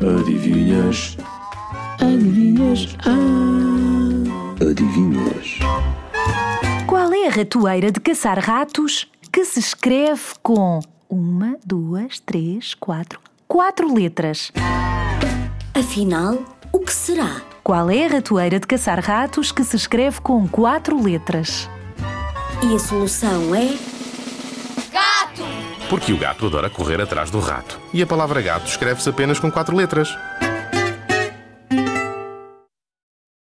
Adivinhas? Adivinhas? Ah! Adivinhas? Qual é a ratoeira de caçar ratos que se escreve com uma, duas, três, quatro, quatro letras? Afinal, o que será? Qual é a ratoeira de caçar ratos que se escreve com quatro letras? E a solução é. Porque o gato adora correr atrás do rato. E a palavra gato escreve-se apenas com quatro letras.